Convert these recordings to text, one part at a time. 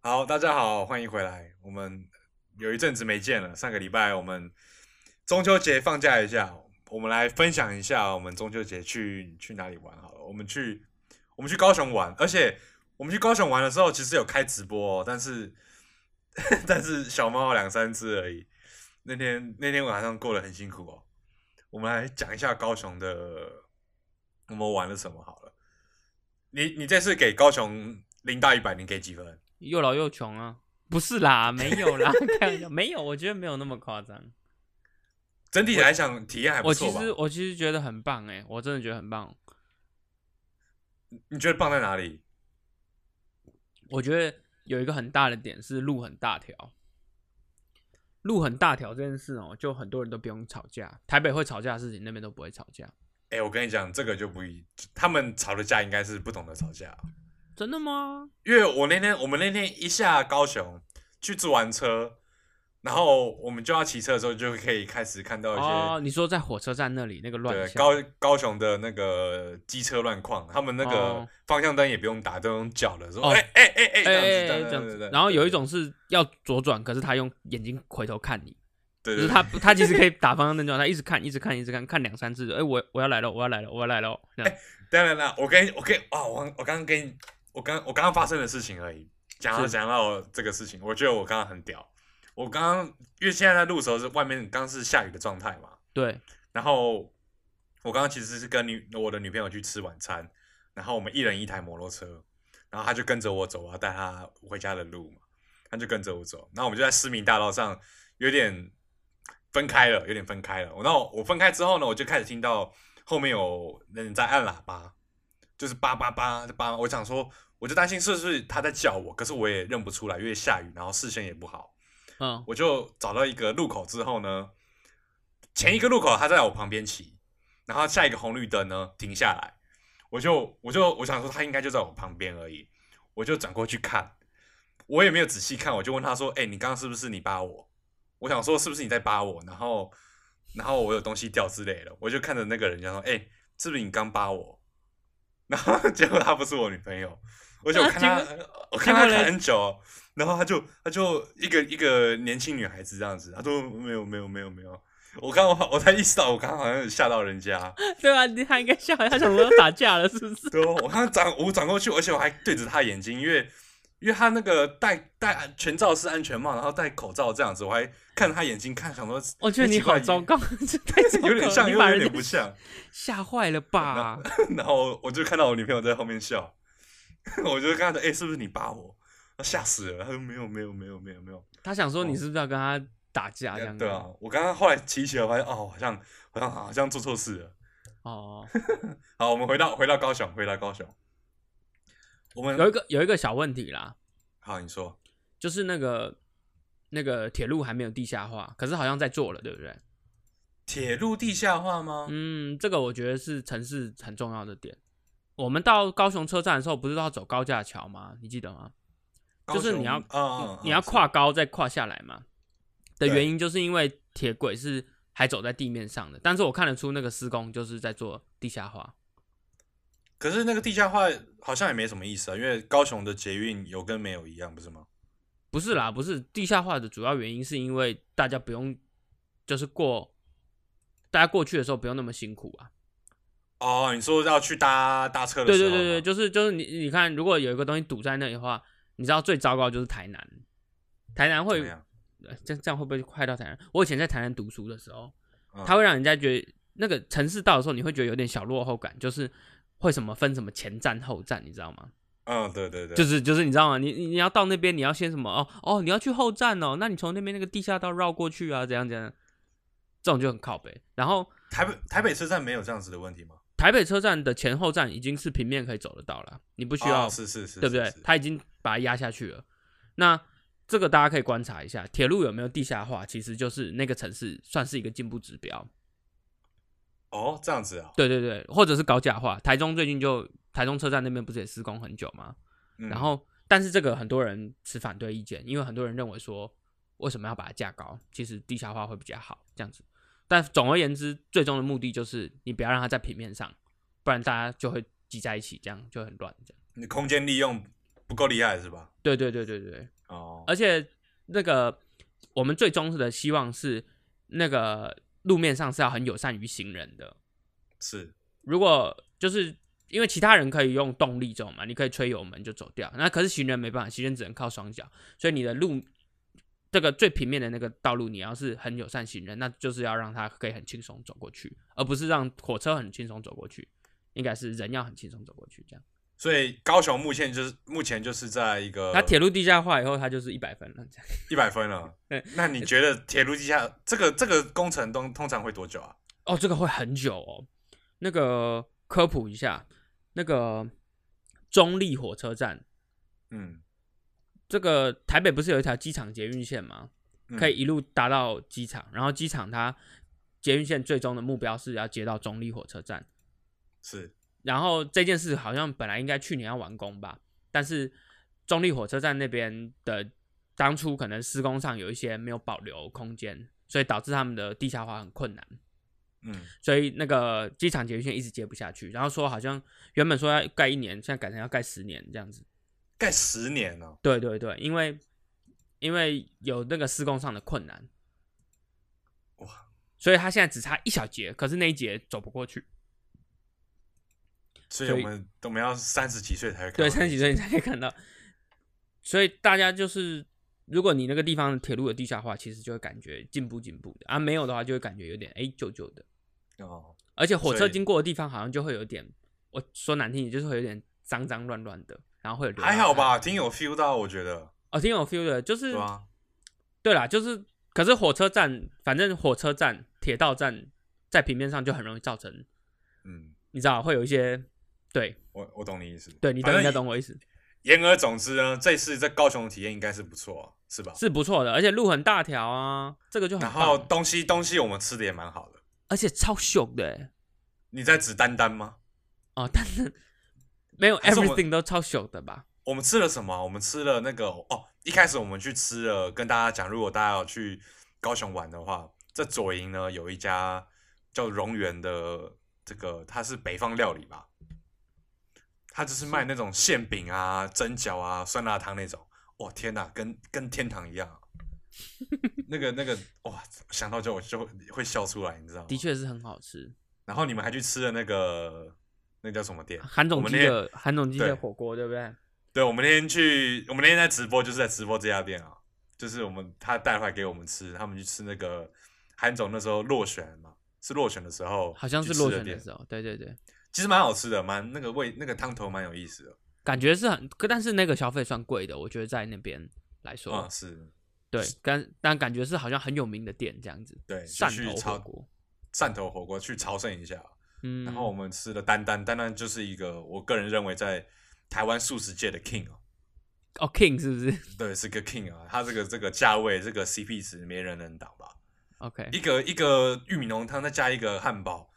好，大家好，欢迎回来。我们有一阵子没见了，上个礼拜我们中秋节放假一下，我们来分享一下我们中秋节去去哪里玩好了。我们去我们去高雄玩，而且我们去高雄玩的时候，其实有开直播、哦，但是 但是小猫两三只而已。那天那天晚上过得很辛苦哦。我们来讲一下高雄的我们玩了什么好了。你你这次给高雄零到一百，你给几分？又老又穷啊？不是啦，没有啦，开玩笑，没有，我觉得没有那么夸张。整体来讲体验还不我其错吧？实我其实觉得很棒哎、我真的觉得很棒。你觉得棒在哪里？我觉得有一个很大的点是路很大条，路很大条这件事哦、就很多人都不用吵架。台北会吵架的事情，那边都不会吵架。哎、我跟你讲，这个就不一，他们吵的架应该是不同的吵架。真的吗？因为我那天我们那天一下高雄去坐完车，然后我们就要骑车的时候，就可以开始看到一些、哦，你说在火车站那里那个乱对象高高雄的那个机车乱况，他们那个哦方向灯也不用打，都用叫的，说哦哎哎哎哎哎哎哎这这样子对样对对子对，，然后有一种是要左转，可是他用眼睛回头看你，对就对是对他他其实可以打方向灯就好，他一直看，一直看，一直看，看两三次，哎、我我要来了，我要来了，我要来了，这样当然啦，我跟我跟啊，我刚我刚刚跟你，我刚我刚刚发生的事情而已。讲到是讲到这个事情，我觉得我刚刚很屌。我刚刚因为现在在录的时候是外面刚是下雨的状态嘛，对，然后我刚刚其实是跟女我的女朋友去吃晚餐，然后我们一人一台摩托车，然后她就跟着我走，我要带她回家的路嘛，她就跟着我走，然后我们就在市民大道上有点分开了，有点分开了。然后我分开之后呢，我就开始听到后面有人在按喇叭，就是叭叭叭叭，我想说。我就担心是不是他在叫我，可是我也认不出来，因为下雨，然后视线也不好。嗯，我就找到一个路口之后呢，前一个路口他在我旁边骑，然后下一个红绿灯呢停下来，我就我就我想说他应该就在我旁边而已，我就转过去看，我也没有仔细看，我就问他说：“哎、你刚刚是不是你扒我？”我想说是不是你在扒我，然后然后我有东西掉之类的，我就看着那个人讲说：“哎、是不是你刚扒我？”然后 结果她不是我女朋友，而且我看她，啊我看她结果嘞看很久，然后她就她就一个一个年轻女孩子这样子，她说没有没有没有没有，我刚我我才意识到我刚刚好像有吓到人家， 对啊，你他应该笑，他想说要打架了，是不是？对哦，我刚刚转我转过去，而且我还对着她眼睛，因为因为她那个戴戴全罩式安全帽，然后戴口罩这样子，我还看着她眼睛看，想说 我觉得哎你好糟，糕，这太糟很奇怪糕有点像你又把有人点家不像， 吓坏了吧？然后我就看到我女朋友在后面笑， 我就跟她说：“哎、是不是你扒我？”她吓死了，她说：“没有，没有，没有，没有，没有。他想说你是不是要跟他打架这样？对啊，，我刚刚后来骑起来发现，哦，好像好像好像做错事了。哦，好，我们回到回到高雄，回到高雄。我们有一个有一个小问题啦，好，你说就是那个那个铁路还没有地下化，可是好像在做了，对不对？铁路地下化吗？嗯，这个我觉得是城市很重要的点。我们到高雄车站的时候，不是都要走高架桥吗？你记得吗？高雄就是你要啊啊，你要是跨高再跨下来嘛。对的原因就是因为铁轨是还走在地面上的，但是我看得出那个施工就是在做地下化。可是那个地下化好像也没什么意思啊，因为高雄的捷运有跟没有一样，不是吗？不是啦，不是地下化的主要原因是因为大家不用，就是过，大家过去的时候不用那么辛苦啊。哦，你说要去搭搭车的对时对候吗，对对，就是就是你你看，如果有一个东西堵在那里的话，你知道最糟糕就是台南，台南怎会么样？呃这样这样会不会快到台南？我以前在台南读书的时候，嗯它会让人家觉得那个城市到的时候，你会觉得有点小落后感，就是会什么分什么前站后站，你知道吗？嗯，对对对，就是就是你知道吗？你你你要到那边，你要先什么哦哦，你要去后站哦，那你从那边那个地下道绕过去啊，怎样怎样，这种就很靠北。然后台北台北车站没有这样子的问题吗？台北车站的前后站已经是平面可以走得到了，你不需要、哦是是是，对不对是？是它已经把它压下去了。那这个大家可以观察一下，铁路有没有地下化，其实就是那个城市算是一个进步指标。哦，这样子啊。对对对，或者是高架化。台中最近就台中车站那边不是也施工很久吗？嗯然后，但是这个很多人持反对意见，因为很多人认为说，为什么要把它架高？其实地下化会比较好，这样子。但总而言之，最终的目的就是你不要让它在平面上，不然大家就会挤在一起，这样就很乱。这样你空间利用不够厉害是吧？对对对对对，哦，而且那个我们最终的希望是，那个路面上是要很友善于行人的。是如果就是因为其他人可以用动力这种嘛，你可以吹油门就走掉，那可是行人没办法，行人只能靠双脚，所以你的路这个最平面的那个道路，你要是很友善行人，那就是要让他可以很轻松走过去，而不是让火车很轻松走过去，应该是人要很轻松走过去这样。所以高雄目前就是目前就是在一个那铁路地下化以后，它就是一百分了，这样一百分了。那你觉得铁路地下这个这个工程通通常会多久啊？哦，这个会很久哦。那个科普一下，那个中立火车站，嗯，这个台北不是有一条机场捷运线吗？嗯可以一路达到机场，然后机场它捷运线最终的目标是要接到中立火车站。是然后这件事好像本来应该去年要完工吧，但是中立火车站那边的当初可能施工上有一些没有保留空间，所以导致他们的地下化很困难。嗯所以那个机场捷运线一直接不下去，然后说好像原本说要盖一年，现在改成要盖十年这样子。盖十年哦。对对对，因为因为有那个施工上的困难，哇，所以他现在只差一小节，可是那一节走不过去。所以所我以们我们要三十几岁才会看对，到三十几岁你才可以看到。所以大家就是，如果你那个地方的铁路的地下化，其实就会感觉进步进步的啊，没有的话就会感觉有点哎旧旧的，哦，而且火车所以经过的地方好像就会有点，我说难听点就是会有点脏脏乱乱的，然后会有流浪还好汉吧，挺有 feel 到，我觉得，哦，挺有 feel 的，就是对啊吧？对啦，就是可是火车站，反正火车站、铁道站在平面上就很容易造成，嗯，你知道会有一些对我我懂你意思。对，你反懂应正该懂我意思，言而总之呢，这次在高雄的体验应该是不错，是吧？是不错的，而且路很大条啊，这个就很然后棒，东西东西我们吃的也蛮好的。而且超秀的欸你在指丹丹吗？哦，但是 没有还是我们 everything 都超秀的吧？我们吃了什么？我们吃了那个哦，一开始我们去吃了，跟大家讲，如果大家要去高雄玩的话，这左营呢有一家叫荣源的，这个它是北方料理吧，它就是卖那种馅饼啊、蒸饺啊、酸辣汤那种。哇，天哪，跟跟天堂一样 啊、那个那个哇，想到就我就会会笑出来，你知道吗？的。确是很好吃，然后你们还去吃了那个那叫什么店？韩我总们机那天的韩总机对的火锅，对不对？对，我们那天去，我们那天在直播，就是在直播这家店啊，就是我们他带回来给我们吃，他们去吃那个韩总那时候落选嘛，是落选的时候，好像是落选的的店时候，对对对，其实蛮好吃的，蛮那个味那个汤头蛮有意思的，感觉是很，可但是那个消费算贵的，我觉得在那边来说，嗯是，对，但但感觉是好像很有名的店这样子。对，就汕去头朝火锅。汕头火锅去朝圣一下，嗯，然后我们吃了丹丹，丹丹就是一个我个人认为在台湾素食界的 king 哦，哦，King 是不是对，是个 king 啊，他这个这个价位这个 CP 值没人能挡吧， ？OK，一个一个玉米浓汤，再加一个汉堡，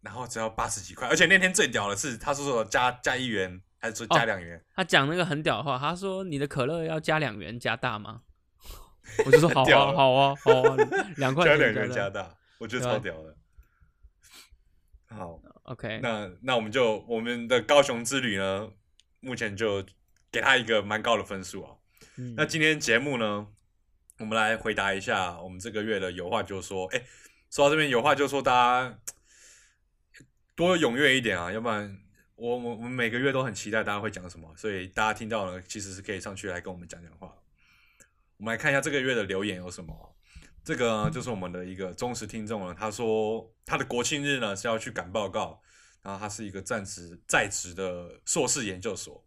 然后只要八十几块。而且那天最屌的是，他说说加加一元，还是说加两元？他讲那个很屌的话，他说你的可乐要加两元加大吗？ 我就说好屌啊，了好啊，好啊，两块加钱两元加加大。大，我觉得对啊超屌的。好， OK，那那我们就我们的高雄之旅呢，目前就给他一个蛮高的分数啊。嗯那今天节目呢，我们来回答一下我们这个月的有话就说。哎、说到这边有话就说，大家多踊跃一点啊，要不然我我我们每个月都很期待大家会讲什么，所以大家听到呢，其实是可以上去来跟我们讲讲话。我们来看一下这个月的留言有什么啊。这个就是我们的一个忠实听众了，他说他的国庆日呢是要去赶报告，然后他是一个暂时在职的硕士研究所。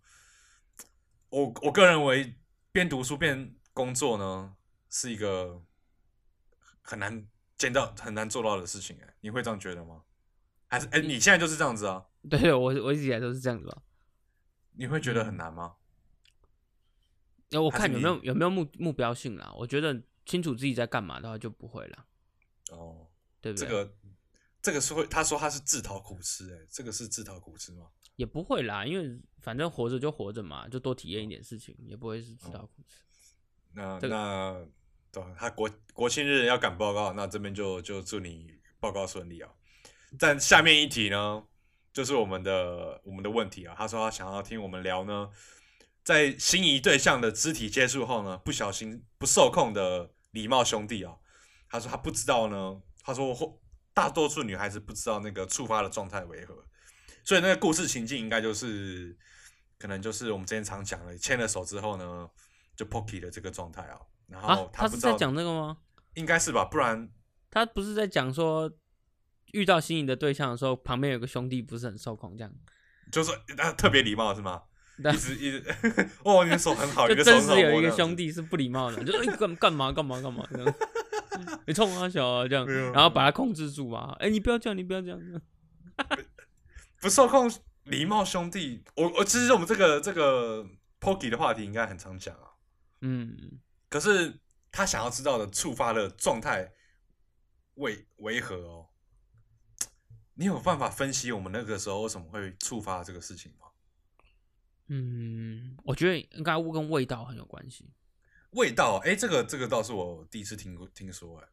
我我个人认为，边读书边工作呢，是一个很难见到、很难做到的事情。哎，你会这样觉得吗？还是哎，你现在就是这样子啊？对对，我我一直以来都是这样子吧。你会觉得很难吗？那我还是看有没有你有没有目目标性啦？我觉得清楚自己在干嘛的话就不会了，哦，嗯对不这对？个这个是会，他说他是自讨苦吃，哎，这个是自讨苦吃吗？也不会啦，因为反正活着就活着嘛，就多体嗯验一点事情，也不会是知哦道苦吃。那这个那对啊，他国国庆日要赶报告，那这边就就祝你报告顺利啊。但下面一题呢，就是我们的我们的问题啊。他说他想要听我们聊呢，在心仪对象的肢体接触后呢，不小心不受控的礼貌兄弟啊，他说他不知道呢，他说或大多数女孩子不知道那个触发的状态为何，所以那个故事情境应该就是，可能就是我们之前常讲的，牵了手之后呢，就 pokey 的这个状态啊，然啊后，他不是知道、在讲这个吗？应该是吧，不然他不是在讲说遇到心仪的对象的时候，旁边有个兄弟不是很受控，这样就是他特别礼貌是 吗？对一直一直，哦，你的手很好， 就你的手真很好实有一摸个这样子兄弟是不礼貌的，就说哎干干嘛干嘛干嘛这 样，你冲我啊小啊这样，没有然后把他控制住嘛。哎，你不要这样，你不要这样。不受控礼貌兄弟，我我其实我们这个这个 Pokey 的话题应该很常讲啊。嗯，可是他想要知道的触发的状态为为何哦？你有办法分析我们那个时候为什么会触发这个事情吗？嗯，我觉得应该跟味道很有关系，味道，哎，这个这个倒是我第一次听过听说，哎，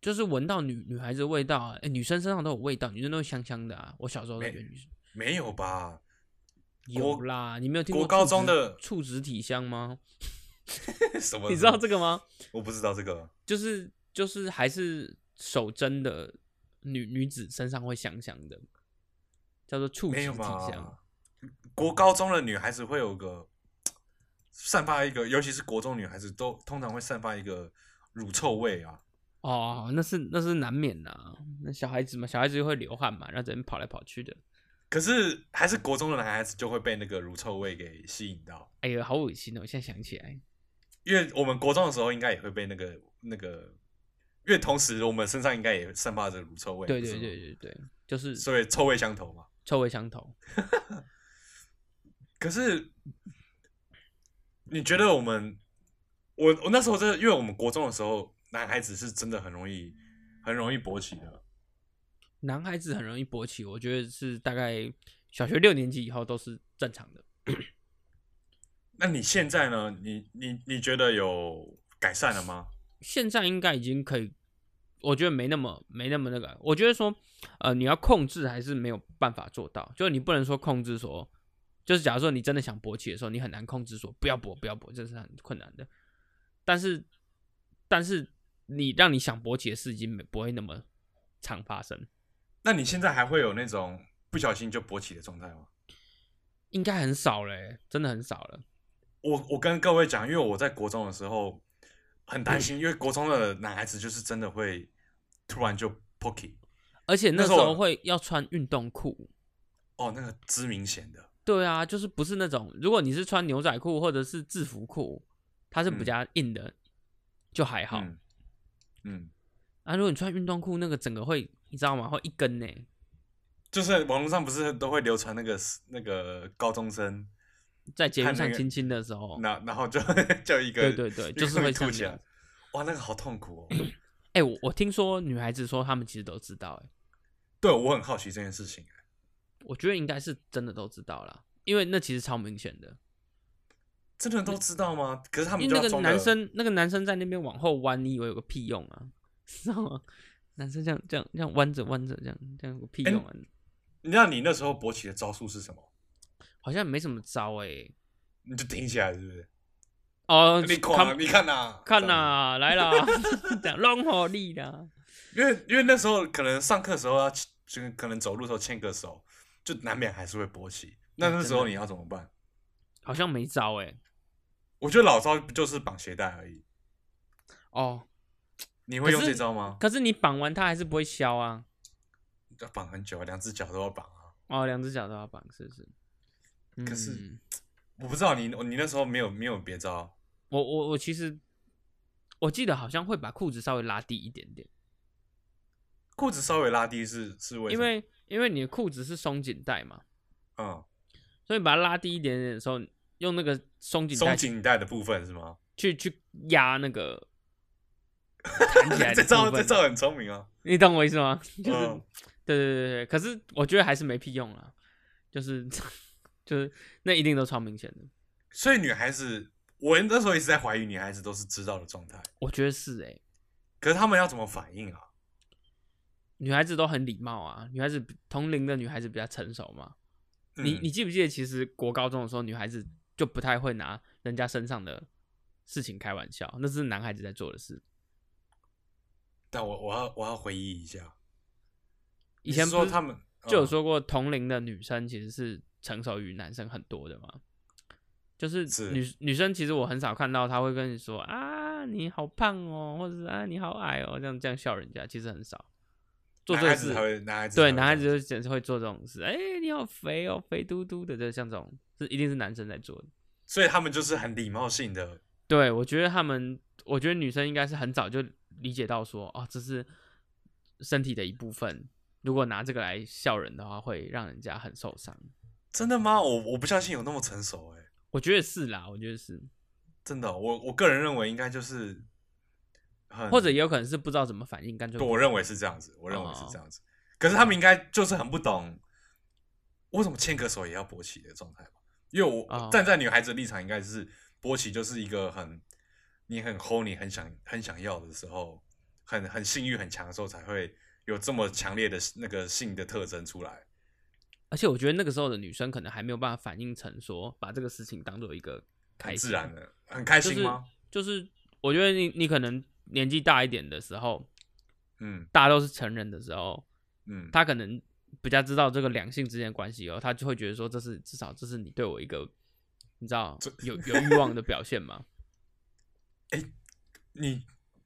就是闻到女女孩子的味道啊，哎，女生身上都有味道，女生都会香香的啊。我小时候都没觉得女生没有吧？ 有啦，你没有听过国高触中指的触指体香吗？什么？你知道这个吗？我不知道这个，啊就是就是还是手真的女女子身上会香香的，叫做触没指有体香。吧？国高中的女孩子会有个散发一个，尤其是国中女孩子都通常会散发一个乳臭味啊。哦，那是那是难免呐、那小孩子嘛，小孩子就会流汗嘛，然后在那边跑来跑去的，可是还是国中的男孩子就会被那个乳臭味给吸引到，哎呦，好恶心哦！我现在想起来，因为我们国中的时候应该也会被那个那个，因为同时我们身上应该也散发着乳臭味，对不是对吗对对对，就是所以臭味相投嘛。臭味相投。可是你觉得我们，我我那时候真的，因为我们国中的时候，男孩子是真的很容易很容易勃起的，男孩子很容易勃起，我觉得是大概小学六年级以后都是正常的。那你现在呢？你你你觉得有改善了吗？现在应该已经可以，我觉得没那么没那么那个。我觉得说，呃，你要控制还是没有办法做到，就是你不能说控制说，就是假如说你真的想勃起的时候，你很难控制说不要勃不要勃，这是很困难的。但是，但是你让你想勃起的事已经没不会那么常发生，那你现在还会有那种不小心就勃起的状态吗？应该很少嘞、真的很少了。我我跟各位讲，因为我在国中的时候很担心，因为国中的男孩子就是真的会突然就 pokey 而且那那时时候候会要穿运动裤，哦，那个之明显的，对啊，就是不是那种，如果你是穿牛仔裤或者是制服裤，它是嗯比较硬的，就还好。嗯嗯，啊，如果你穿运动裤，那个整个会，你知道吗？会一根呢。就是网络上不是都会流传那个那个高中生，在节目看那上个亲亲的时候，那然后就就一个哦 对对对，一个就是会像凸这起样来。，哇，那个好痛苦哦。哎、我我听说女孩子说她们其实都知道、哎，对我很好奇这件事情，我觉得应该是真的都知道啦，因为那其实超明显的，真的都知道吗？可是他们嗯因就为要那个装得男生那个男生在那边往后弯，你以为有个屁用啊？ 知道吗？男生这样这样这样弯着弯着这样这样有个屁用啊？那你那时候勃起的招数是什么？好像没什么招哎、你就挺起来，是不是？哦，你看啊，看你看呐，看这样子，啊啦，来啦， 这样弄好力啦。因为因为那时候可能上课的时候要牵就可能走路的时候牵个手，啊就难免还是会勃起。那嗯那真时候的你要怎么办？好像没招哎、我觉得老招不就是绑鞋带而已。哦，你会用可是这招吗？可是你绑完它还是不会消啊。要绑很久啊，两只脚都要绑啊。哦，两只脚都要绑，是不是？可是嗯我不知道你你那时候没有没有别招，我我我其实我记得好像会把裤子稍微拉低一点点，裤子稍微拉低是是为什因么为因为你的裤子是松紧带嘛，嗯所以把它拉低一点点的时候，用那个松紧松带紧带的部分是吗？去去压那个弹起来 这的招部分这招很聪明啊。你懂我意思吗？ 就是、嗯对对对对，可是我觉得还是没屁用啦，就是 就是那一定都超明显的，所以女孩子，我那时候一直在怀疑女孩子都是知道的状态，我觉得是哎、可是她们要怎么反应啊？女孩子都很礼貌啊，女孩子比同龄的女孩子比较成熟嘛。你嗯你记不记得，其实国高中的时候，女孩子就不太会拿人家身上的事情开玩笑，那是男孩子在做的事。但我我要我要回忆一下，以前你是说不是他们就有嗯说过，同龄的女生其实是成熟于男生很多的嘛。就是是女女生，其实我很少看到她会跟你说啊你好胖哦，或者是啊你好矮哦，这样这样笑人家，其实很少做男这个孩子事才。会男孩子才对，会男孩子这样就简直会做这种事，哎、你好肥哦，肥嘟嘟的，就像这种，这一定是男生在做的。所以他们就是很礼貌性的，对，我觉得他们，我觉得女生应该是很早就理解到说，哦，这是身体的一部分。如果拿这个来笑人的话，会让人家很受伤。真的吗？我我不相信有那么成熟哎、我觉得是啦，我觉得是，真的，我我个人认为应该就是很，或者也有可能是不知道怎么反应，干脆对嗯我认为是这样子，我认为是哦这样子。可是他们应该就是很不懂为什么牵个手也要勃起的状态吧？因为我、哦站在女孩子的立场，应该是勃起就是一个很你很齁，你很想很想要的时候，很很性欲很强的时候才会有这么强烈的那个性的特征出来。而且我觉得那个时候的女生可能还没有办法反应成说把这个事情当做一个开很心自然的，很开就心是吗？就是我觉得你你可能年纪大一点的时候，嗯大家都是成人的时候，嗯，他可能比较知道这个两性之间的关系哦，他就会觉得说这是至少这是你对我一个你知道这有有欲望的表 现嘛？你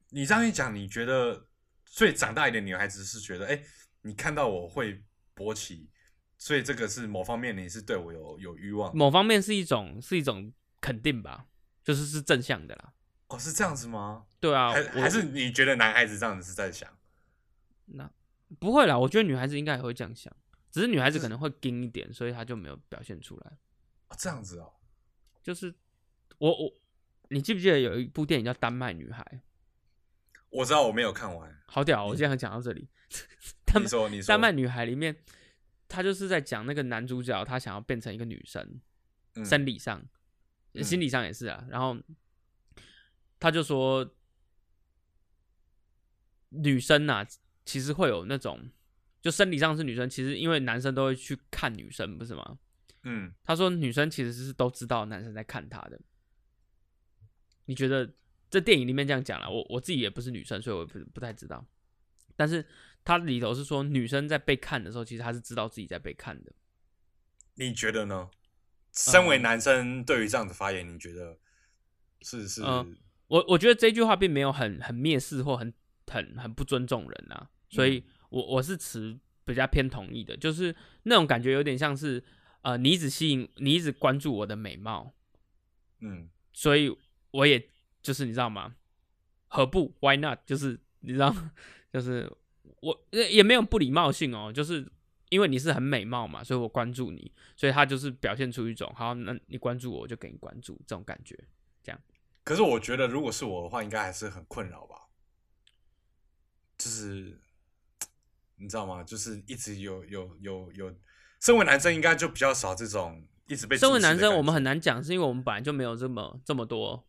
你这样一讲，你觉得最长大一点的女孩子是觉得，哎、你看到我会勃起，所以这个是某方面你是对我有有欲望某方面是一种是一种肯定吧，就是是正向的啦。哦，是这样子吗？对啊，还我还是你觉得男孩子这样子是在想？不会啦，我觉得女孩子应该也会这样想，只是女孩子可能会硬一点，所以她就没有表现出来。哦、这样子哦，就是我我，你记不记得有一部电影叫《丹麦女孩》？我知道我没有看完。好屌、哦！我现在讲到这里， 丹你麦说你说，丹麦女孩里面，她就是在讲那个男主角他想要变成一个女生，嗯生理上、嗯心理上也是啊。然后他就说，女生呐、其实会有那种，就生理上是女生，其实因为男生都会去看女生，不是吗？嗯，他说女生其实是都知道男生在看她的。你觉得这电影里面这样讲了，我我自己也不是女生，所以我不不太知道。但是它里头是说，女生在被看的时候，其实她是知道自己在被看的。你觉得呢？身为嗯男生，对于这样的发言，你觉得是是？嗯我我觉得这句话并没有很很蔑视或很很很不尊重人啊，所以我我是持比较偏同意的，就是那种感觉有点像是，呃，你一直吸引，你一直关注我的美貌，嗯，所以我也就是你知道吗？何不 Why not？就是你知道吗， 就是我呃也没有不礼貌性哦，就是因为你是很美貌嘛，所以我关注你，所以他就是表现出一种好，那你关注我，我就给你关注这种感觉。可是我觉得，如果是我的话，应该还是很困扰吧。就是你知道吗？就是一直有有有有，身为男生应该就比较少这种一直被身为注视的男生，感我们觉很难讲，是因为我们本来就没有这么这么多。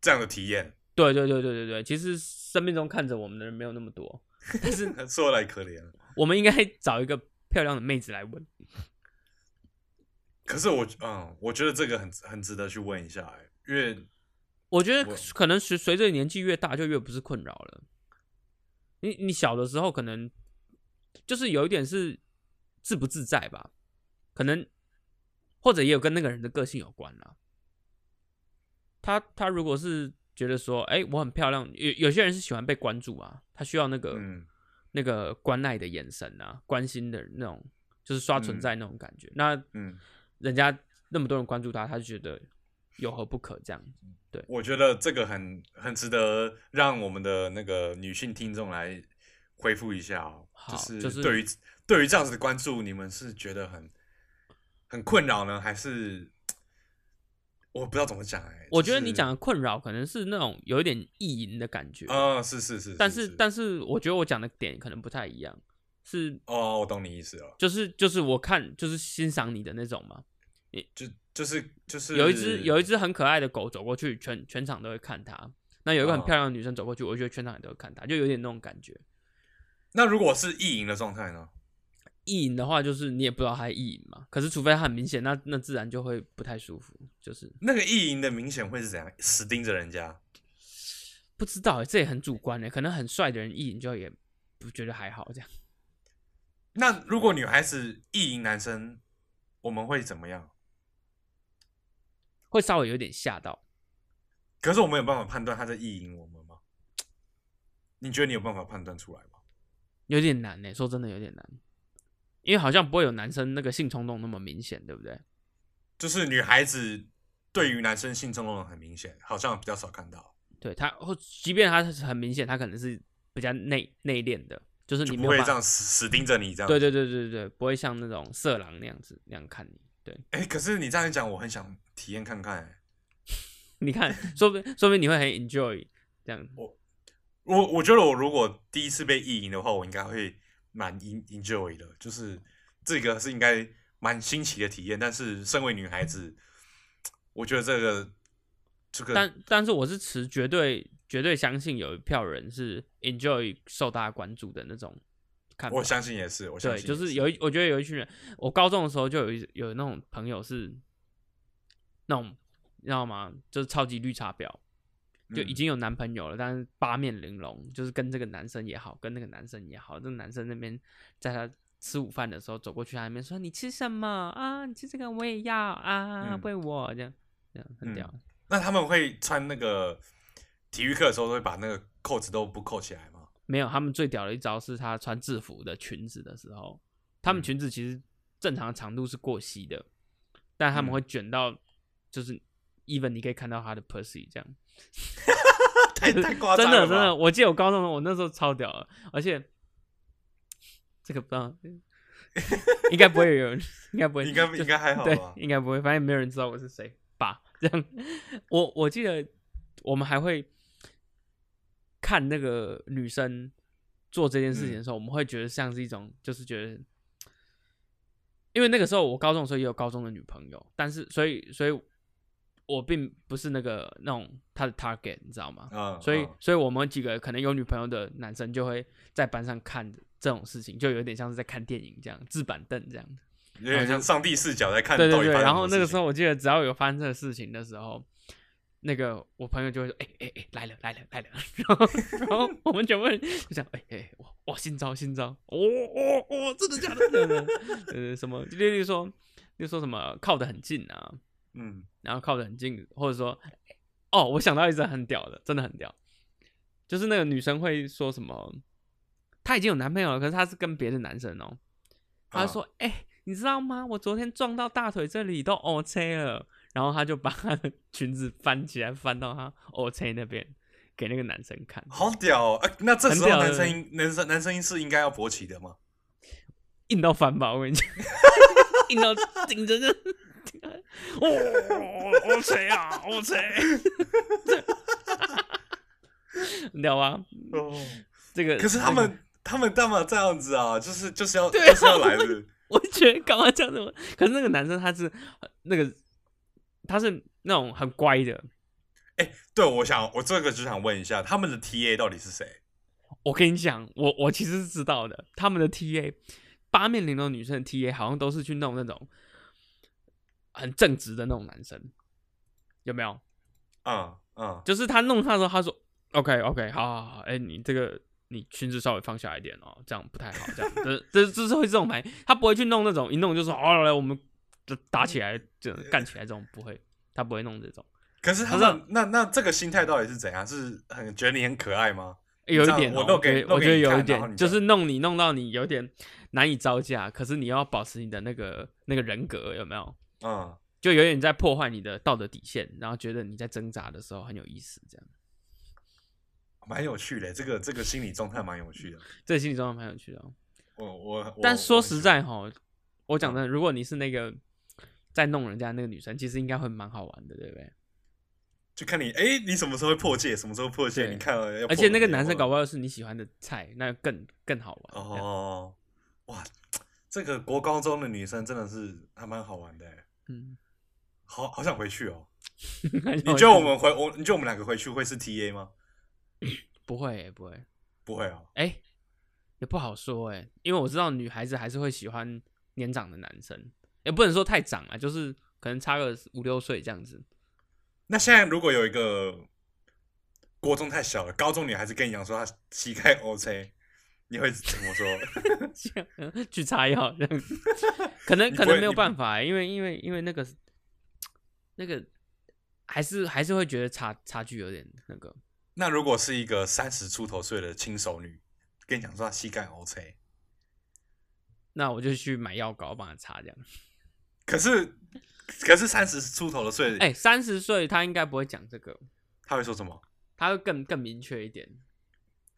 这样的体验， 对对对对对对，其实生命中看着我们的人没有那么多，但是说来可怜。我们应该找一个漂亮的妹子来问。可是我嗯，我觉得这个很很值得去问一下、欸，因为我觉得我可能随随着年纪越大，就越不是困扰了。你你小的时候可能就是有一点是自不自在吧，可能或者也有跟那个人的个性有关啦。他他如果是觉得说，哎、我很漂亮，有有些人是喜欢被关注啊，他需要那个、嗯那个关爱的眼神啊，关心的那种，就是刷存在那种感觉。那嗯，人家那么多人关注他，他就觉得有何不可这样？我觉得这个很很值得让我们的那个女性听众来回复一下、哦，好是就是对于对于这样子的关注，你们是觉得很很困扰呢，还是我不知道怎么讲哎、我觉得你讲啊的困扰可能是那种有一点意淫的感觉，、呃是是是，但是是但是我觉得我讲的点可能不太一样，是哦，我懂你意思了，就是就是我看就是欣赏你的那种嘛。就就是就是有一只有一只很可爱的狗走过去，全全场都会看它。那有一个很哦漂亮的女生走过去，我觉得全场也都会看她，就有点那种感觉。那如果是意淫的状态呢？意淫的话，就是你也不知道她意淫嘛，可是除非她很明显，那那自然就会不太舒服。就是那个意淫的明显会是怎样？死盯着人家，不知道欸、这也很主观的、可能很帅的人意淫就也不觉得还好这样。那如果女孩子意淫男生，我们会怎么样？会稍微有点吓到。可是我们有办法判断他在意淫我们吗？你觉得你有办法判断出来吗？有点难呢、说真的有点难，因为好像不会有男生那个性冲动那么明显，对不对？就是女孩子对于男生性冲动很明显，好像比较少看到，对他，或即便他是很明显，他可能是比较内内敛的，就是就你不没会有这办样法，死死盯着你这样。对对对对对，不会像那种色狼那样子那样看你。对，哎、可是你这样一讲，我很想体验看看、欸。你看，说不定说不定你会很 enjoy 这样。我我觉得我如果第一次被意淫的话，我应该会蛮 en enjoy 的，就是这个是应该蛮新奇的体验。但是身为女孩子，我觉得这个这个但但是我是持绝对绝对相信有一票人是 enjoy 受大家关注的那种看法。我相信也是，我相对，信就是也有一，我觉得有一群人，我高中的时候就有一有那种朋友是那种，你知道吗？就是超级绿茶婊，就已嗯经有男朋友了，但是八面玲珑，就是跟这个男生也好，跟那个男生也好，这个男生那边在他吃午饭的时候走过去，他那边说你吃什么啊？你吃这个我也要啊，嗯喂我这样，这样很屌。那他们会穿那个体育课的时候，都会把那个扣子都不扣起来吗？没有，他们最屌的一招是他穿制服的裙子的时候，他们嗯裙子其实正常的长度是过膝的，但他们嗯会卷到，就是 even 你可以看到他的 pussy 这样，太 太夸真张的了真的，吧！我记得我高中的我那时候超屌的，而且这个不 知道，应该不会有人，应该不会，应该应该还好对吧，？应该不会，反正没有人知道我是谁吧？这样，我我记得我们还会看那个女生做这件事情的时候，我们会觉得像是一种，就是觉嗯得，因为那个时候我高中的时候也有高中的女朋友，但是所以所以，我并不是那个那种她的 target，你知道吗？嗯，所以嗯，所以我们几个可能有女朋友的男生就会在班上看这种事情，就有点像是在看电影这样，置板凳这样。有点像上帝视角在看对到对底对，发生然什后么那事个情时候我记得，只要有发生这个事情的时候，那个我朋友就会说：“哎哎哎，来了来了来了。” 然后然后我们全部人就想：“哎、哎、哇哇新招新招，哦哦哦，真的假的？ 真的呃，什么？例如说，例如说什么靠得很近啊，嗯，然后靠得很近，或者说，哦，我想到一只很屌的，真的很屌，就是那个女生会说什么，她已经有男朋友了，可是她是跟别的男生哦，她啊就说，哎、你知道吗？我昨天撞到大腿这里都 OK 了，然后她就把她的裙子翻起来，翻到她 OK 那边给那个男生看，好屌哦！啊那这时候很屌男对生应男生男生是应该要勃起的吗？硬到翻吧，我跟你讲， 硬到顶着就，哦，OK 啊，OK，你知道吗？哦，这个可是他这个们他们干嘛这样子啊？就是就是要对啊就是要来我的， 我觉得干嘛这样子我？可是那个男生他是那个他是那种很乖的，对我想我这个就想问一下，他们的 TA 到底是谁？我跟你讲，我我其实是知道的，他们的 TA 八面玲珑女生的 TA 好像都是去弄那种很正直的那种男生，有没有？嗯嗯，就是他弄他的时候，他说 OK OK，好好好，哎、你这个你裙子稍微放下来一点哦，这样不太好，这样，这这这是会这种牌，他不会去弄那种一弄就说哦来我们就打起来就嗯干起来这种不会，他不会弄这种，可是他可是们那那这个心态到底是怎样？是很觉得你很可爱吗？欸有这一样点、哦，我弄觉给得弄我给觉得你有一看然后点你就再是弄你弄到你有点难以招架，可是你要保持你的那个那个人格有没有？嗯，就有点在破坏你的道德底线，然后觉得你在挣扎的时候很有意思，这样，蛮有趣的，这个这个心理状态蛮有趣的。这个心理状态蛮有趣的、哦。我我，但我说我实很在哈，我讲嗯真的，如果你是那个在弄人家的那个女生，其实应该会蛮好玩的，对不对？就看你，哎，你什么时候会破戒，什么时候破戒，对你看了要破戒。而且那个男生搞不不好是你喜欢的菜，那更更好玩。这样，哦，哇，这个国高中的女生真的是还蛮好玩的，嗯，好好想回去哦。 你你觉得我们回我，你觉得我们两个回去会是 TA 吗？ 不会不会？不会哦。哎、也不好说哎、因为我知道女孩子还是会喜欢年长的男生，也不能说太长啊，就是可能差个五六岁这样子。那现在如果有一个国中太小了，高中女孩子跟你讲说她膝盖 OK，你会怎么说？去擦药这样子，可能 你不可能会没有你办法、欸因为因为因为那个那个还是还是会觉得差差距有点那个，那如果是一个三十出头岁的轻熟女跟你讲说她膝盖 OK，那我就去买药膏帮他擦这样。可是可是三十出头的岁，哎、三十岁他应该不会讲这个，她会说什么？他会更更明确一点。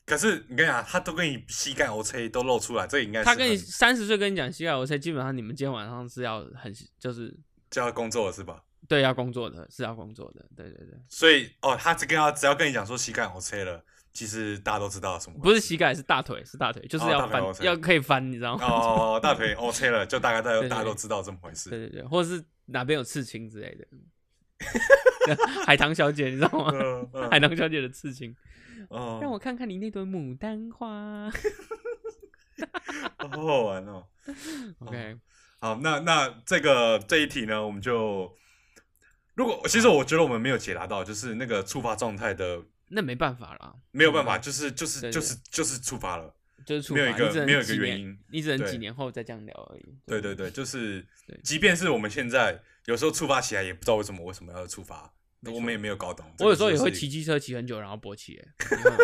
可是你跟你讲，她都跟你膝盖 OK 都露出来，这应该是他跟你很三十岁跟你讲膝盖 OK，基本上你们今天晚上是要很就是就要工作了是吧？对要工作的，是要工作的，对对对，所以哦，她只跟要只要跟你讲说膝盖 OK 了，其实大家都知道什么不是膝盖是大腿是大腿，就是哦要大腿翻、 OK 要可以翻，你知道吗？哦，大腿 OK 了，就大概大对对大家都知道这么回事。对对对，或者是哪边有刺青之类的。 海棠小姐，你知道吗？嗯 嗯海棠小姐的刺青，哦，哎让我看看你那朵牡丹花。好好玩哦。 OK，好，那那这个这一题呢，我们就如果其实我觉得我们没有解答到，就是那个触发状态的那没办法啦，没有办法，嗯就是就是对对就是就是触发了。就是处没有一罚个你只能没有一几个原年因你只能对几年后再这样聊而已。对对对，就是对即便是我们现在有时候触发起来，也不知道为什么为什么要触发，没错我们也没有搞懂。我有时候也这个会就是骑，机车骑很久，然后 勃起、欸，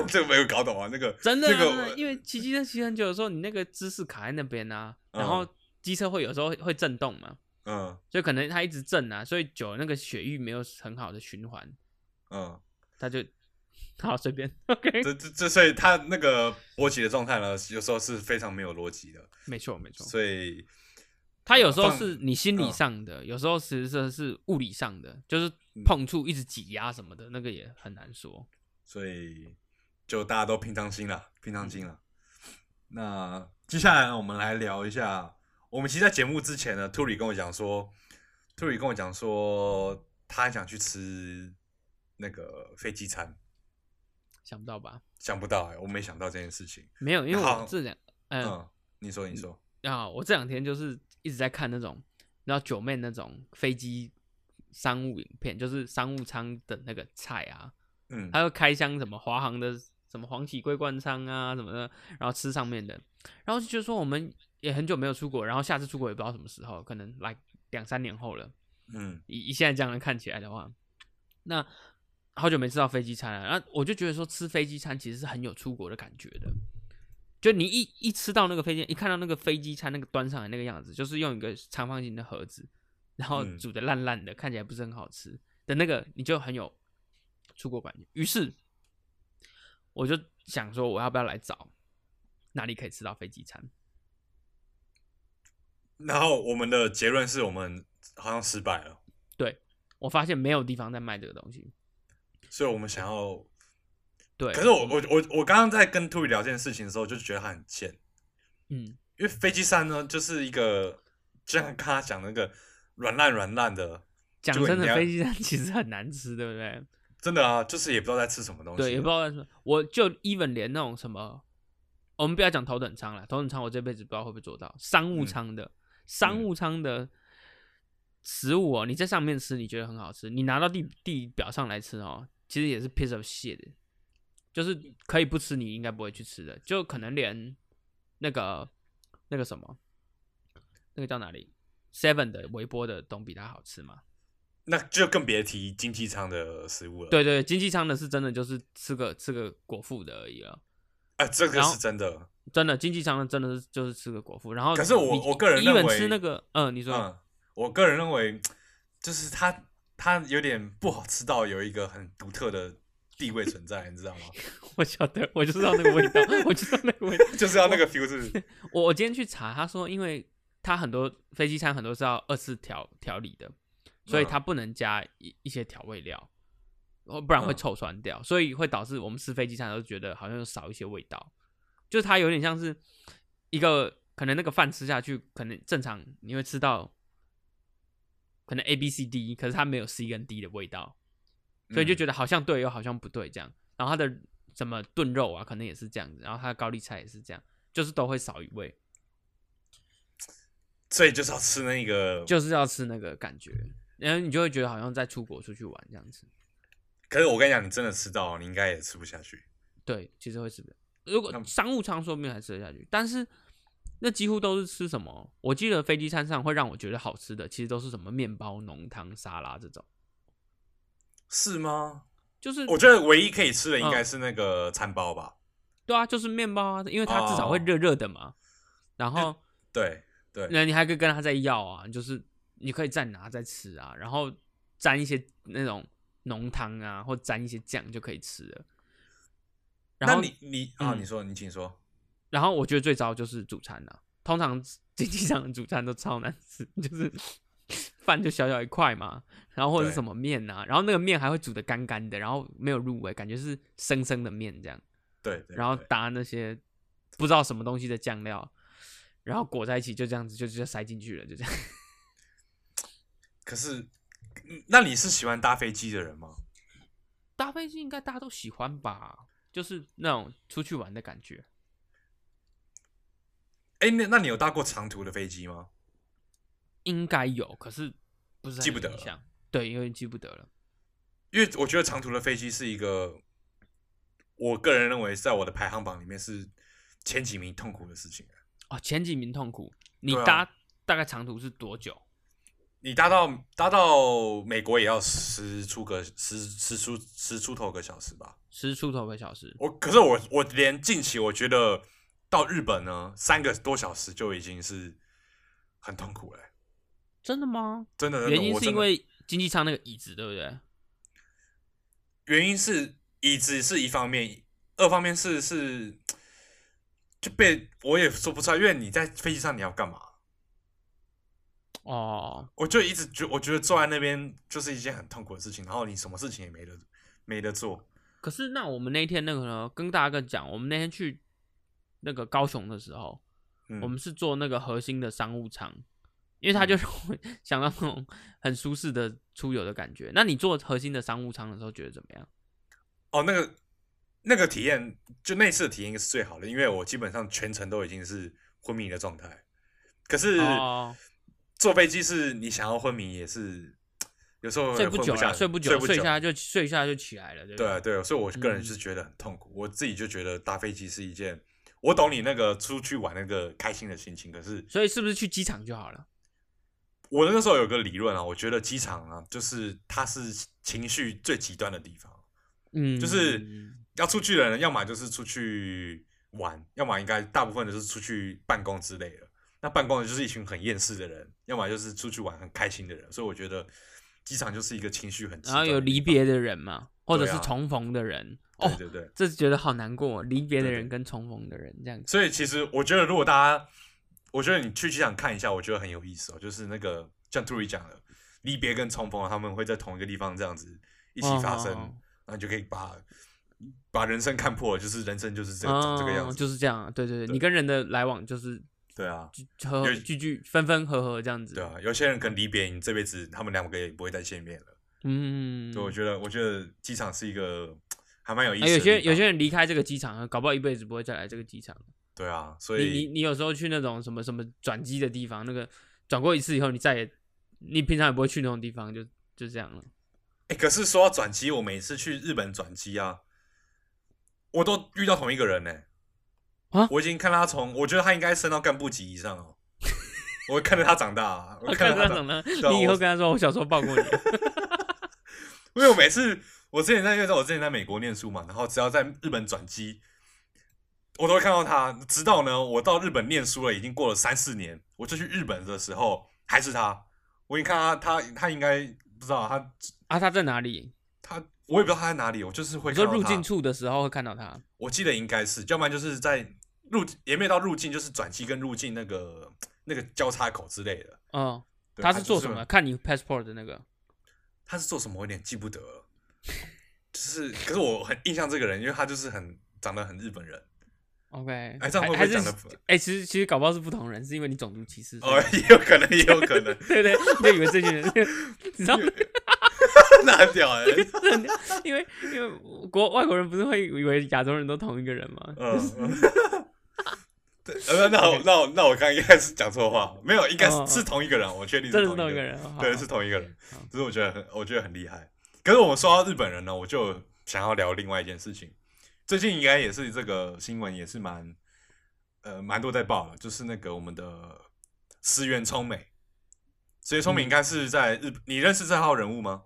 这个没有搞懂啊，那个真的、啊那个因为骑机车骑很久的时候，你那个姿势卡在那边啊，然后机车会有时候会震动嘛，嗯所以可能它一直震啊，所以久了那个血液没有很好的循环，嗯，它就好随便 OK，这这这所以他那个勃起的状态呢，有时候是非常没有逻辑的，没错没错。所以它有时候放是你心理嗯上的，有时候其实是物理上的，就是嗯碰触、一直挤压什么的，那个也很难说。所以就大家都平常心啦，平常心啦。那接下来呢我们来聊一下，我们其实，在节目之前呢，兔里跟我讲说，兔里跟我讲说，他很想去吃那个飞机餐，想不到吧？想不到哎、我没想到这件事情。没有，因为我好这两嗯，嗯你说，你说，啊，我这两天就是一直在看那种，然后九妹那种飞机商务影片，就是商务舱的那个菜啊，嗯，还有开箱什么华航的什么黄体龟灌仓啊什么的，然后吃上面的，然后就觉得说我们也很久没有出国，然后下次出国也不知道什么时候，可能来两三年后了。嗯以以现在这样看起来的话，那好久没吃到飞机餐了，然后我就觉得说吃飞机餐其实是很有出国的感觉的。就你一一吃到那个飞机，一看到那个飞机餐那个端上来那个样子，就是用一个长方形的盒子，然后嗯煮的烂烂的，看起来不是很好吃的那个，你就很有出国感觉。于是我就想说，我要不要来找哪里可以吃到飞机餐？然后我们的结论是我们好像失败了，我发现没有地方在卖这个东西。所以我们想要。对，可是我我我我刚刚在跟兔里聊这件事情的时候，就觉得他很贱。嗯，因为飞机餐呢，就是一个就像刚刚讲那个软烂软烂的，讲就真你的，要飞机餐 其实很难吃，对不对？真的啊，就是也不知道在吃什么东西，啊对，也不知道为什么，我就 even 连那种什么，我们不要讲头等舱了，头等舱我这辈子不知道会不会做到，商务嗯舱的、商嗯务舱的食物哦，你在上面吃你觉得很好吃，你拿到地地表上来吃哦，其实也是 piece of shit，就是可以不吃你应该不会去吃的，就可能连那个那个什么，那个叫哪里 Seven 的微波的都比它好吃嘛。那就更别提经济舱的食物了。，对对，经济舱的是真的就是吃个吃个果腹的而已了。啊，这个然后是真的。真的，经济舱的真的是就是吃个果腹，然后可是我你我个人一本认为吃那个，嗯，你说、嗯，我个人认为，就是它它有点不好吃到有一个很独特的地位存在，你知道吗？我晓得，我就知道那个味道， 我就知道那个味道。就是要那个 feel 是，我我今天去查，他说因为他很多飞机餐很多是要二次调调理的，所以嗯它不能加一一些调味料，哦不然会嗯臭酸掉，所以会导致我们吃飞机餐的时候觉得好像有少一些味道，就是它有点像是一个可能那个饭吃下去，可能正常你会吃到可能 A B C D，可是它没有 C 跟 D 的味道， 所以嗯就觉得好像对又好像不对这样。然后它的什么炖肉啊，可能也是这样子，然后它的高丽菜也是这样，就是都会少一味，所以就是要吃那个，就是要吃那个感觉。然后你就会觉得好像在出国出去玩这样子。可是我跟你讲，你真的吃到，你应该也吃不下去。对，其实会吃不了。如那果商务舱说不定还吃得下去，但是那几乎都是吃什么？我记得飞机餐上会让我觉得好吃的，其实都是什么面包、浓汤、沙拉这种，是吗？就是我觉得唯一可以吃的嗯应该是那个餐包吧。对啊，就是面包啊，因为它至少会哦热热的嘛。然后对 对，那你还可以跟他再要啊，就是你可以再拿再吃啊，然后沾一些那种浓汤啊，或沾一些酱就可以吃了。然那后你你啊，嗯你说你请说。然后我觉得最糟就是主餐了、通常 经济舱的主餐都超难吃，就是 饭就小小一块嘛，然后或者是对什么面啊，然后那个面还会煮的干干的，然后没有入味，感觉是生生的面这样，对，对然后对搭那些不知道什么东西的酱料，然后裹在一起就这样子就就塞进去了，就这样。 可是，嗯那你是喜欢搭飞机的人吗？搭飞机应该大家都喜欢吧，就是那种出去玩的感觉。哎、那那你有搭过长途的飞机吗？应该有，可是不是很记不有得印了象对，有点记不得了。因为我觉得长途的飞机是一个，我个人认为在我的排行榜里面是前几名痛苦的事情。啊哦，前几名痛苦。你对啊搭、大概长途是多久？你搭到搭到美国也要十出个十十出十出头个小时吧。十出头个小时。我可是我我连近期我觉得到日本呢三个多小时就已经是很痛苦了、欸真的吗？真的。真的原因我是真因的为经济舱那个椅子，对不对？原因是椅子是一方面，二方面是是就被我也说不出来，因为你在飞机上你要干嘛？哦，我就一直觉我觉得坐在那边就是一件很痛苦的事情，然后你什么事情也没得没得做。可是那我们那一天那个呢，跟大家讲，我们那天去那个高雄的时候，嗯，我们是坐那个核心的商务舱，因为他嗯就是会 想到那种很舒适的出游的感觉。那你坐核心的商务舱的时候，觉得怎么样？哦那个那个体验，就那次的体验是最好的，因为我基本上全程都已经是昏迷的状态。可是、哦坐飞机是你想要昏迷也是有时候睡会不昏久下了，去睡不久，不睡一久下就睡一下就起来了，对不嗯对啊，对？对啊，所以我个人是觉得很痛苦，我自己就觉得搭飞机是一件，我懂你那个出去玩那个开心的心情，可是所以是不是去机场就好了？我那时候有个理论啊，我觉得机场啊，就是它是情绪最极端的地方，嗯，就是要出去的人，要么就是出去玩，要么应该大部分的是出去办公之类的。那办公的就是一群很厌世的人，要么就是出去玩很开心的人，所以我觉得机场就是一个情绪很极然后端的有地离方，别的人嘛，或者对是啊重逢的人，哦对，对对。这觉得好难过，哦离别的对对人跟重逢的人这样子。所以其实我觉得，如果大家，我觉得你去机场看一下，我觉得很有意思哦。就是那个像兔里讲的，离别跟重逢，他们会在同一个地方这样子一起发生，哦然后你就可以把把人生看破，就是人生就是这个、长这个样哦子。就是这样。对对对，对你跟人的来往就是对啊，聚和有聚聚分分合合这样子。对啊，有些人可能离别，你这辈子他们两个也不会再见面了。嗯，所以我觉得，我觉得机场是一个还蛮有意思啊的地有方、些有些人离开这个机场，啊搞不好一辈子不会再来这个机场。对啊，所你你以你有时候去那种什么什么转机的地方，那个转过一次以后，你再也你平常也不会去那种地方，就就这样了。哎、可是说到转机，我每次去日本转机啊，我都遇到同一个人呢、啊我已经看他从，我觉得他应该升到干部级以上哦。我看着他长大啊，我看着哦看这他长种， 呢，啊你以后跟他说我小时候抱过你，因为我每次我之前在，因为我之前在美国念书嘛，然后只要在日本转机，我都会看到他。直到呢，我到日本念书了，已经过了三四年，我就去日本的时候还是他。我一看他，他他应该不知道他啊，他在哪里？他，我也不知道他在哪里，我就是会你说看到入他境处的时候会看到他，我记得应该是，要不然就是在入也没有到入境，就是转机跟入境那个那个交叉口之类的。嗯，对他是做就什么？看你 passport 的那个，他是做什么？我有点记不得了。就是，可是我很印象这个人，因为他就是很长得很日本人。 OK，哎这样会不会还还是讲得不哎、其实其实搞不好是不同人，是因为你种族歧视。所以哦，也有可能，也有可能， 对对，你就以为这群人是，你知道，那很 屌哎、因为因为国外国人不是会以为亚洲人都同一个人吗？嗯，嗯嗯呃，那我 OK 那我那我刚刚应该是讲错话，没有，应该哦哦是是同一个人，我确定是真的是同同一一个个人，人，好嗯对，好是同一个人好。只是我觉得很，我觉得很厉害。可是我们说到日本人呢，我就想要聊另外一件事情。最近应该也是这个新闻，也是蛮呃蛮多在报了，就是那个我们的石原聪美。石原聪美嗯应该是在日，你认识这号人物吗？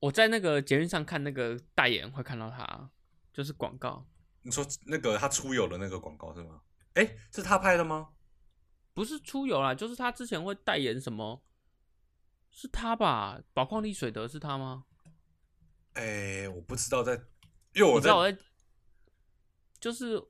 我在那个节目上看那个代言会看到他，就是广告，你说那个他出游的那个广告是吗？哎，是他拍的吗？不是出游啦，就是他之前会代言什么，是他吧？宝矿力水德是他吗？哎，我不知道在，因为我你知在道我在，就是，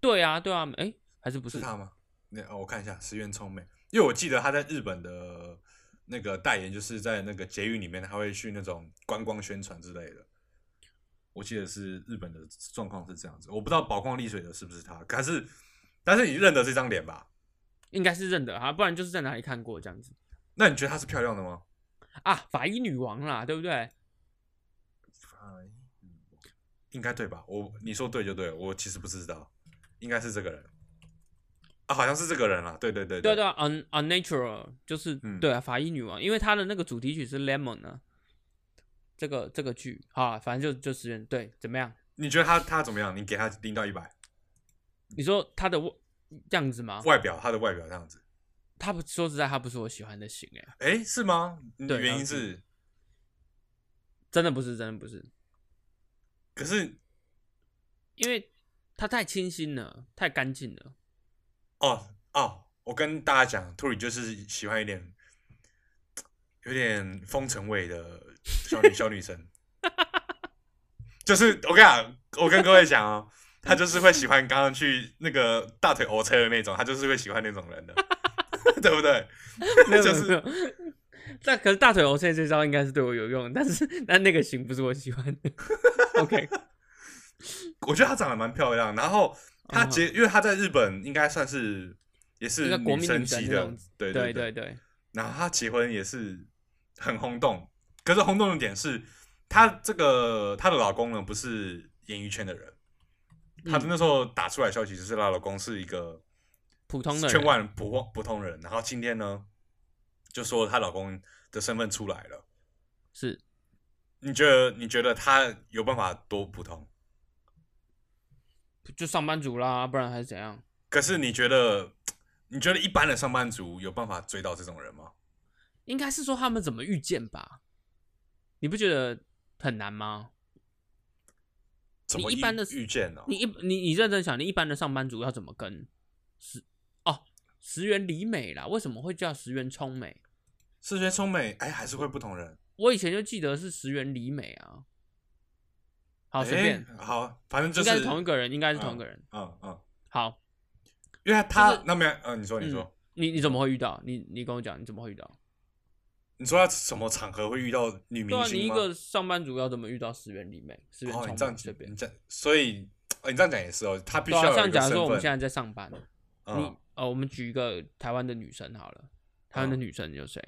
对啊，对啊，哎、还是不是是他吗？那、哦、我看一下，石原聪美，因为我记得他在日本的那个代言，就是在那个捷运里面，他会去那种观光宣传之类的。我记得是日本的状况是这样子，我不知道宝矿力水的是不是他，可是但是你认得这张脸吧？应该是认得啊，不然就是在哪里看过这样子那你觉得她是漂亮的吗？啊，法医女王啦，对不对？应该对吧？我你说对就对了，我其实不知道，应该是这个人啊，好像是这个人啦，对对对对啊对啊，un unnatural 就是、嗯对啊，法医女王，因为她的那个主题曲是 Lemon 啊，这个这个剧啊，反正就就是对，怎么样？你觉得他他怎么样？你给他零到一百，你说她的外样子吗？外表他的外表这样子。她不说实在，她不是我喜欢的型哎、哎，是吗？你的对原因了解是，真的不是，真的不是，可是因为她太清新了，太干净了。哦哦，我跟大家讲，兔里就是喜欢一点有点风尘味的小 女小女生，就是我跟你讲，我跟各位讲哦，她就是会喜欢刚刚去那个大腿欧车的那种，她就是会喜欢那种 人的，对不对？ 那就没是有。 没有没有但可是大腿 OK 这招应该是对我有用，但是 但那个型不是我喜欢 的。OK，我觉得她长得蛮漂亮，然后她结，因为她在日本应该算是也嗯一是个国民神女神级那的种，对对对对。对，然后他结婚也是很轰动，可是轰动的点是，她这个她的老公呢不是演艺圈的人，她嗯那时候打出来消息就是她老公是一个普通的人圈外普普通人，然后今天呢就说她老公的身份出来了，是你觉得你觉得她有办法多普通？就上班族啦，不然还是怎样？可是你觉得你觉得一般的上班族有办法追到这种人吗？应该是说他们怎么遇见吧？你不觉得很难吗？怎么你一般遇的遇见呢、你一你你认真想，你一般的上班族要怎么跟石哦石原里美啦？为什么会叫石原聪美？视觉聪美，哎，还是会不同人。我以前就记得是石原里美啊。好，随便，哎好，反正就应该是同一个，个人，应该是同一个人。嗯嗯，好，因为他、就是那没有，嗯、你说你说、你你怎么会遇到？你你跟我讲，你怎么会遇到？你说要什么场合会遇到女对明啊，你星一吗？个上班族要怎么遇到石原里美、石原哦，聪你这样美随便你？这样，所以、哦、你这样讲也是哦，他必对须要有啊，一像个假身如说我们份。现在在上班，你嗯，呃，我们举一个台湾的女生好了，台湾嗯的女生有谁？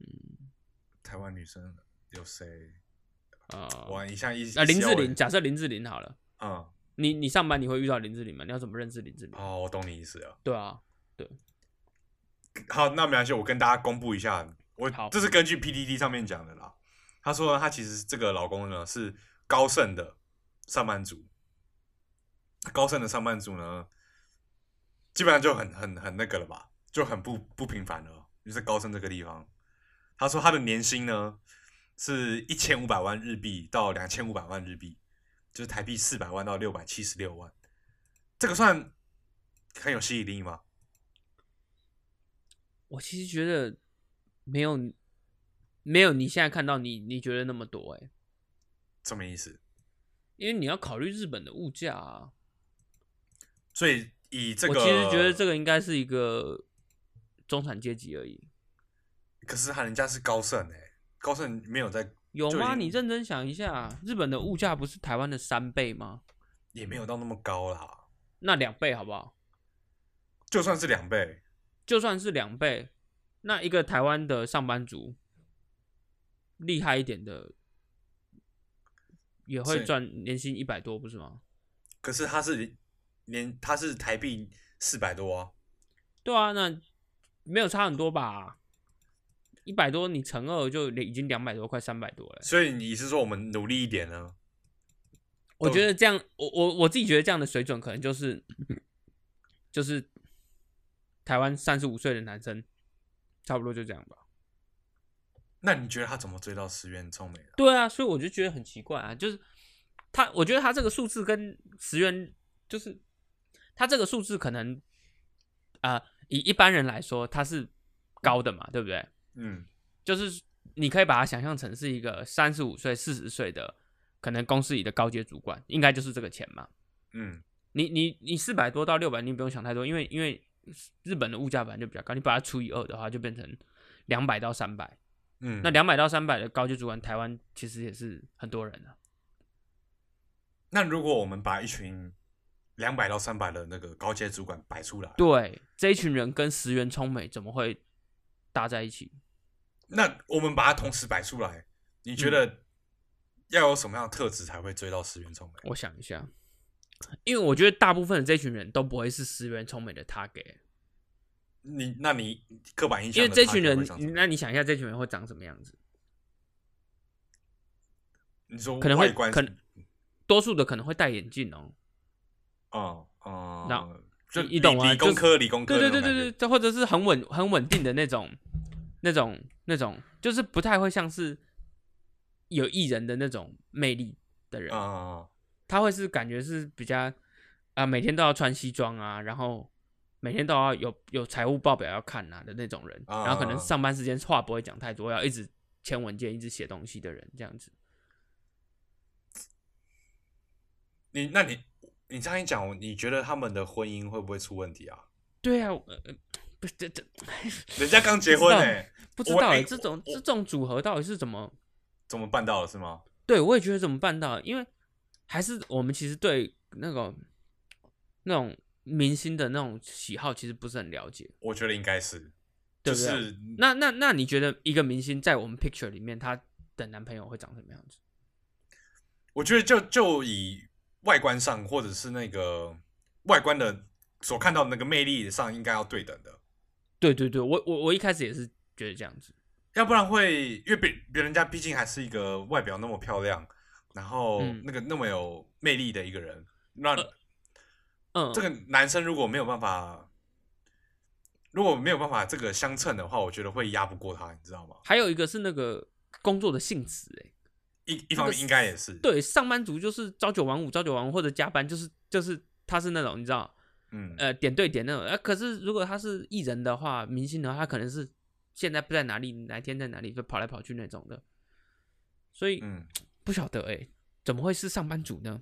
嗯台湾女生有谁？呃，我欸一下一啊，林志讲，玲，假设林志玲好了，嗯，你你上班你会遇到林志玲吗？你要怎么认识林志玲？哦，我懂你意思了。对啊，好，那没关系，我跟大家公布一下，我好这是根据 PDD 上面讲的啦。他说他其实这个老公呢是高盛的上班族，高盛的上班族呢，基本上就很很很那个了吧，就很不不平凡了，就是高盛这个地方。他说他的年薪呢是一千五百万日币到两千五百万日币，就是台币四百万到六百七十六万，这个算很有吸引力吗？我其实觉得没有没有你现在看到你你觉得那么多哎、什么意思？因为你要考虑日本的物价啊。所以以这个，我其实觉得这，个应该是一个中产阶级而已。可是他人家是高盛哎、高盛没有在，有就已吗？经你认真想一下，啊日本的物价不是台湾的三倍吗？也没有到那么高啦，那两倍好不好？就算是两倍，就算是两倍，那一个台湾的上班族厉害一点的，也所会以赚年薪一百多，不是吗？可是他是连它是台币四百多啊，对啊，那没有差很多吧？一百多你乘二就已经两百多，快三百多了。所以你是说我们努力一点呢？我觉得这样，我我我自己觉得这样的水准可能就是就是台湾三十五岁的男生，差不多就这样吧。那你觉得他怎么追到石原聪美的？对啊，所以我就觉得很奇怪啊，就是他，我觉得他这个数字跟十元，就是他这个数字可能啊、呃以一般人来说，它是高的嘛，对不对？嗯，就是你可以把它想象成是一个三十五岁、四十岁的，可能公司里的高阶主管，应该就是这个钱嘛。嗯，你你你四百多到六百，你不用想太多，因为因为日本的物价本来就比较高，你把它除以二的话，就变成两百到三百。嗯，那两百到三百的高阶主管，台湾其实也是很多人啊。那如果我们把一群两百到三百的那个高阶主管摆出来，对，这一群人跟石原聪美怎么会搭在一起？那我们把它同时摆出来，你嗯觉得要有什么样的特质才会追到石原聪美？我想一下，因为我觉得大部分的这群人都不会是石原聪美的 target，欸你那你刻板印因象为的这他群可能人会长什，么那你想一下，这群人会长什么样子？你说可能会外观可能多数的可能会戴眼镜哦，嗯嗯，那就你你懂吗理理工就是科，理工科对那对种对感觉，对对，或者是很稳很稳定的那种，那种那种，就是不太会像是有艺人的那种魅力的人，嗯，嗯他会是感觉是比较啊、每天都要穿西装啊，然后每天都要有有财务报表要看啊的那种人，啊然后可能上班时间话不会讲太多，要一直签文件、一直写东西的人，这样子。你那你你这样一讲，你觉得他们的婚姻会不会出问题啊？对啊，我呃、不是这 这人家刚结婚不呢、知道不知我道、哎欸、这种这种组合到底是怎么？怎么办到的是吗？对，我也觉得怎么办到？因为还是我们其实对那个那种明星的那种喜好其实不是很了解。我觉得应该是，对就不对是那那那你觉得一个明星在我们 picture 里面，她的男朋友会长什么样子？我觉得就就以外观上或者是那个外观的所看到的那个魅力上，应该要对等的，对对对，我我我一开始也是觉得这样子。要不然会因为别别人家毕竟还是一个外表那么漂亮，然后嗯呃那个那么有魅力的一个人，那嗯，这个男生如果没有办法。如果没有办法这个相称的话，我觉得会压不过他，你知道吗？还有一个是那个工作的性质、欸，一一方面应该也是，对，上班族就是朝九晚五，朝九晚五或者加班，就是就是他是那种你知道，嗯，呃，点对点那种。呃，可是如果他是艺人的话，明星的话，他可能是现在不在哪里，哪一天在哪里，就跑来跑去那种的。所以嗯，不晓得哎、怎么会是上班族呢？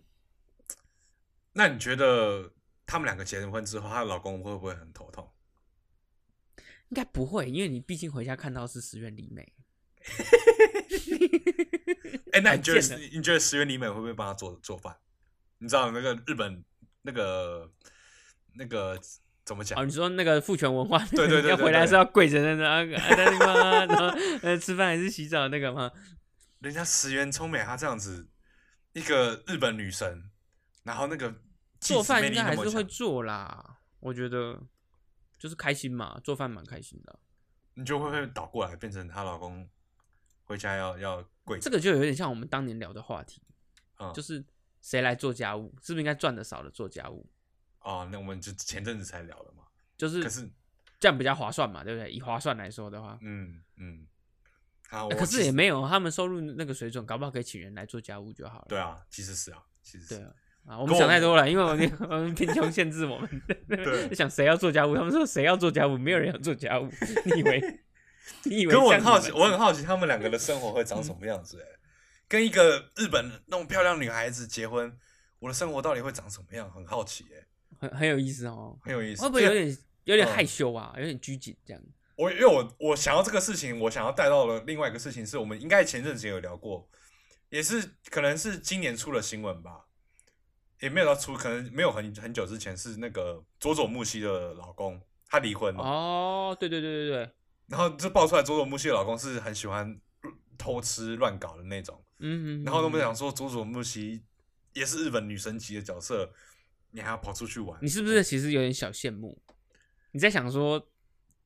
那你觉得他们两个结了婚之后，她的老公会不会很头痛？应该不会，因为你毕竟回家看到是石原里 美。哎、那你觉得很贱你觉得石原里美会不会帮他做做饭？你知道那个日本那个那个怎么讲哦，？你说那个父权文化，对对对对要回来是要跪着的那个，啊在那个，然后呃吃饭还是洗澡那个吗？人家石原聪美她这样子一个日本女神，然后那个气做质饭魅应力该那还么是会强，做啦，我觉得就是开心嘛，做饭蛮开心的。你就会不会倒过来变成她老公回家要要跪这着？个就有点像我们当年聊的话题，嗯就是谁来做家务，是不是应该赚的少的做家务，哦，那我们就前阵子才聊了嘛。就可是是，这样比较划算嘛，对不对？以划算来说的话，嗯嗯，好，呃我可是其也实没有他们收入那个水准，搞不好可以请人来做家务就好了。对啊，其实是啊，其实是对啊，啊，我跟们我想太们多了，因为我们我们贫穷限制我们。 对 想谁要做家务，他们说谁要做家务，没有人要做家务。 你以为？你以为？可我很好奇，我很好奇他们两个的生活会长什么样子、欸。跟一个日本那么漂亮女孩子结婚，我的生活到底会长什么样？很好奇、欸，很很有意思哦，很有意思。会不会有这个？点有点嗯害羞啊，有点拘谨这样？我因为我我想要这个事情，我想要带到了另外一个事情，是我们应该前阵子也有聊过，也是可能是今年出的新闻吧，也没有到出，可能没有很很久之前是那个佐佐木希的老公，他离婚了，哦，对对对对对，然后就爆出来佐佐木希的老公是很喜欢偷吃乱搞的那种。嗯，嗯然后他们嗯想说，佐佐木希也是日本女神级的角色，你还要跑出去玩你。是不是其实有点小羡慕？你在想说，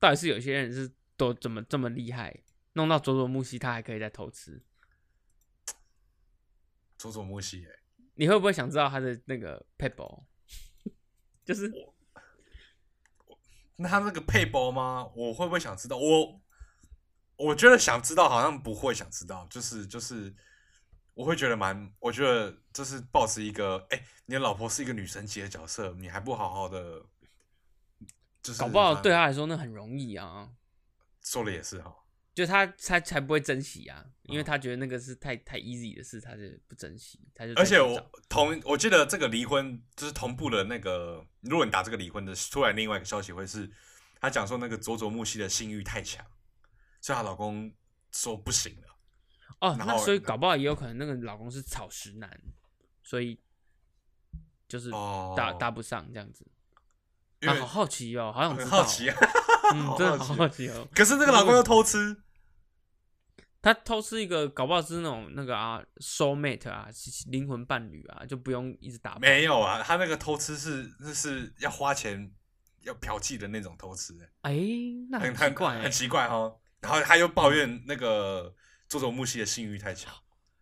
到底是有些人是都怎么这么厉害，弄到佐佐木希他还可以再偷吃？佐佐木希耶，欸你会不会想知道他的那个 pebble？就是那他那个配包吗？我会不会想知道？我我觉得想知道好像不会想知道，就是就是，我会觉得蛮，我觉得就是保持一个，哎、你的老婆是一个女神级的角色，你还不好好的，就是搞不好对啊，他来说那很容易啊，说的也是哈，就他才才不会珍惜啊，因嗯为他觉得那个是太太 easy 的事，他就不珍惜，他就而且再去我找同我记得这个离婚就是同步的那个，如果你打这个离婚的，突然另外一个消息会是，他讲说那个佐佐木希的性欲太强，所以她老公说不行了。哦，然那后所以搞不好也有可能那个老公是草食男，所以就是哦搭搭不上这样子。因啊，为好好奇哦，好想知很道，好奇，啊， 嗯好，真的好好奇好奇哦。可是那个老公又偷吃，他偷吃一个，搞不好是那种那个啊，soul mate 啊，是灵魂伴侣啊，就不用一直打扮。没有啊，他那个偷吃是那是要花钱要嫖妓的那种偷吃、哎、那很很奇很怪、很欸，奇怪哦。然后他又抱怨那个佐佐木希的性欲太强，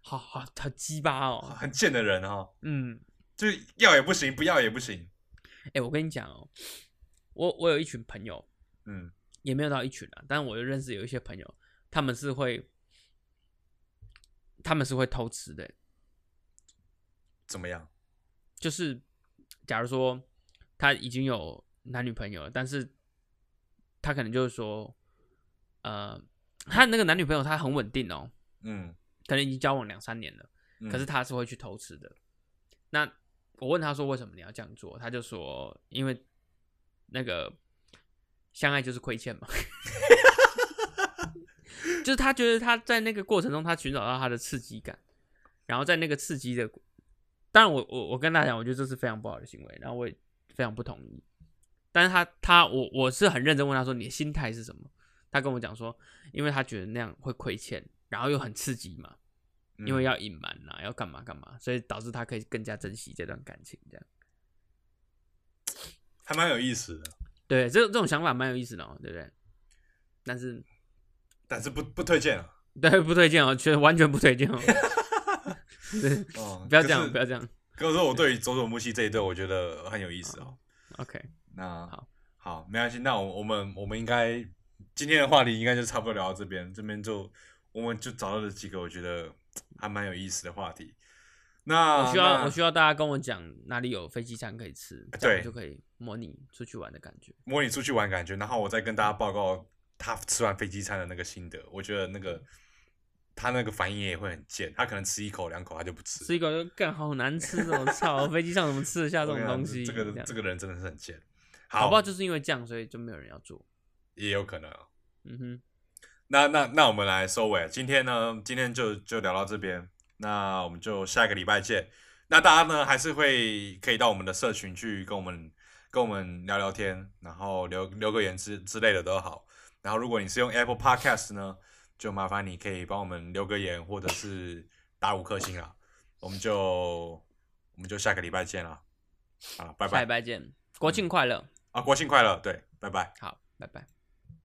好好好鸡巴哦。很贱的人哦，嗯，就是要也不行，不要也不行。哎、我跟你讲哦，我我有一群朋友，嗯，也没有到一群啊，但我就认识有一些朋友，他们是会，他们是会偷吃的欸、怎么样？就是假如说他已经有男女朋友了，但是他可能就是说，呃，他那个男女朋友他很稳定哦，嗯，可能已经交往两三年了，嗯可是他是会去偷吃的。那我问他说为什么你要这样做，他就说因为那个相爱就是亏欠嘛， 就是他觉得他在那个过程中他寻找到他的刺激感，然后在那个刺激的，当然我我我跟大家讲，我觉得这是非常不好的行为，然后我也非常不同意。但是他他我我是很认真问他说你的心态是什么，他跟我讲说，因为他觉得那样会亏欠，然后又很刺激嘛，嗯因为要隐瞒啊呐，要干嘛干嘛，所以导致他可以更加珍惜这段感情，这样。还蛮有意思的，对，这这种想法蛮有意思的哦，对不对？但是但是不不推荐啊。对不推荐哦，全完全不 推荐哦，对，嗯，不要这样，可不是要这样。可是我对于佐佐木希这一对，我觉得很有意思哦。 OK，那好，好，没关系。那我我们我们应该今天的话题应该就差不多聊到这边，这边就我们就找到了几个我觉得还蛮有意思的话题。那我需要啊那哎我需要大家跟我讲哪里有飞机餐可以吃，这样对我就可以模拟出去玩的感觉。模拟出去玩感觉，然后我再跟大家报告他吃完飞机餐的那个心得。我觉得那嗯个他那个反应也会很贱，他可能吃一口两口他就不吃。吃一口就干好难吃哦，操！飞机上怎么吃得下这我跟种你讲东西？啊这这个样这个人真的是很贱。搞好，不好就是因为这样，所以就没有人要做。也有可能哦。嗯哼，那那那我们来收尾，今天呢，今天就就聊到这边，那我们就下个礼拜见。那大家呢还是会可以到我们的社群去跟我们跟我们聊聊天，然后留留个言之之类的都好。然后如果你是用 Apple Podcast 呢，就麻烦你可以帮我们留个言，或者是打五颗星啊。我们就我们就下个礼拜见了，啊，拜下拜礼拜见，国庆快乐！啊，国庆快乐，对，拜拜。好，拜拜。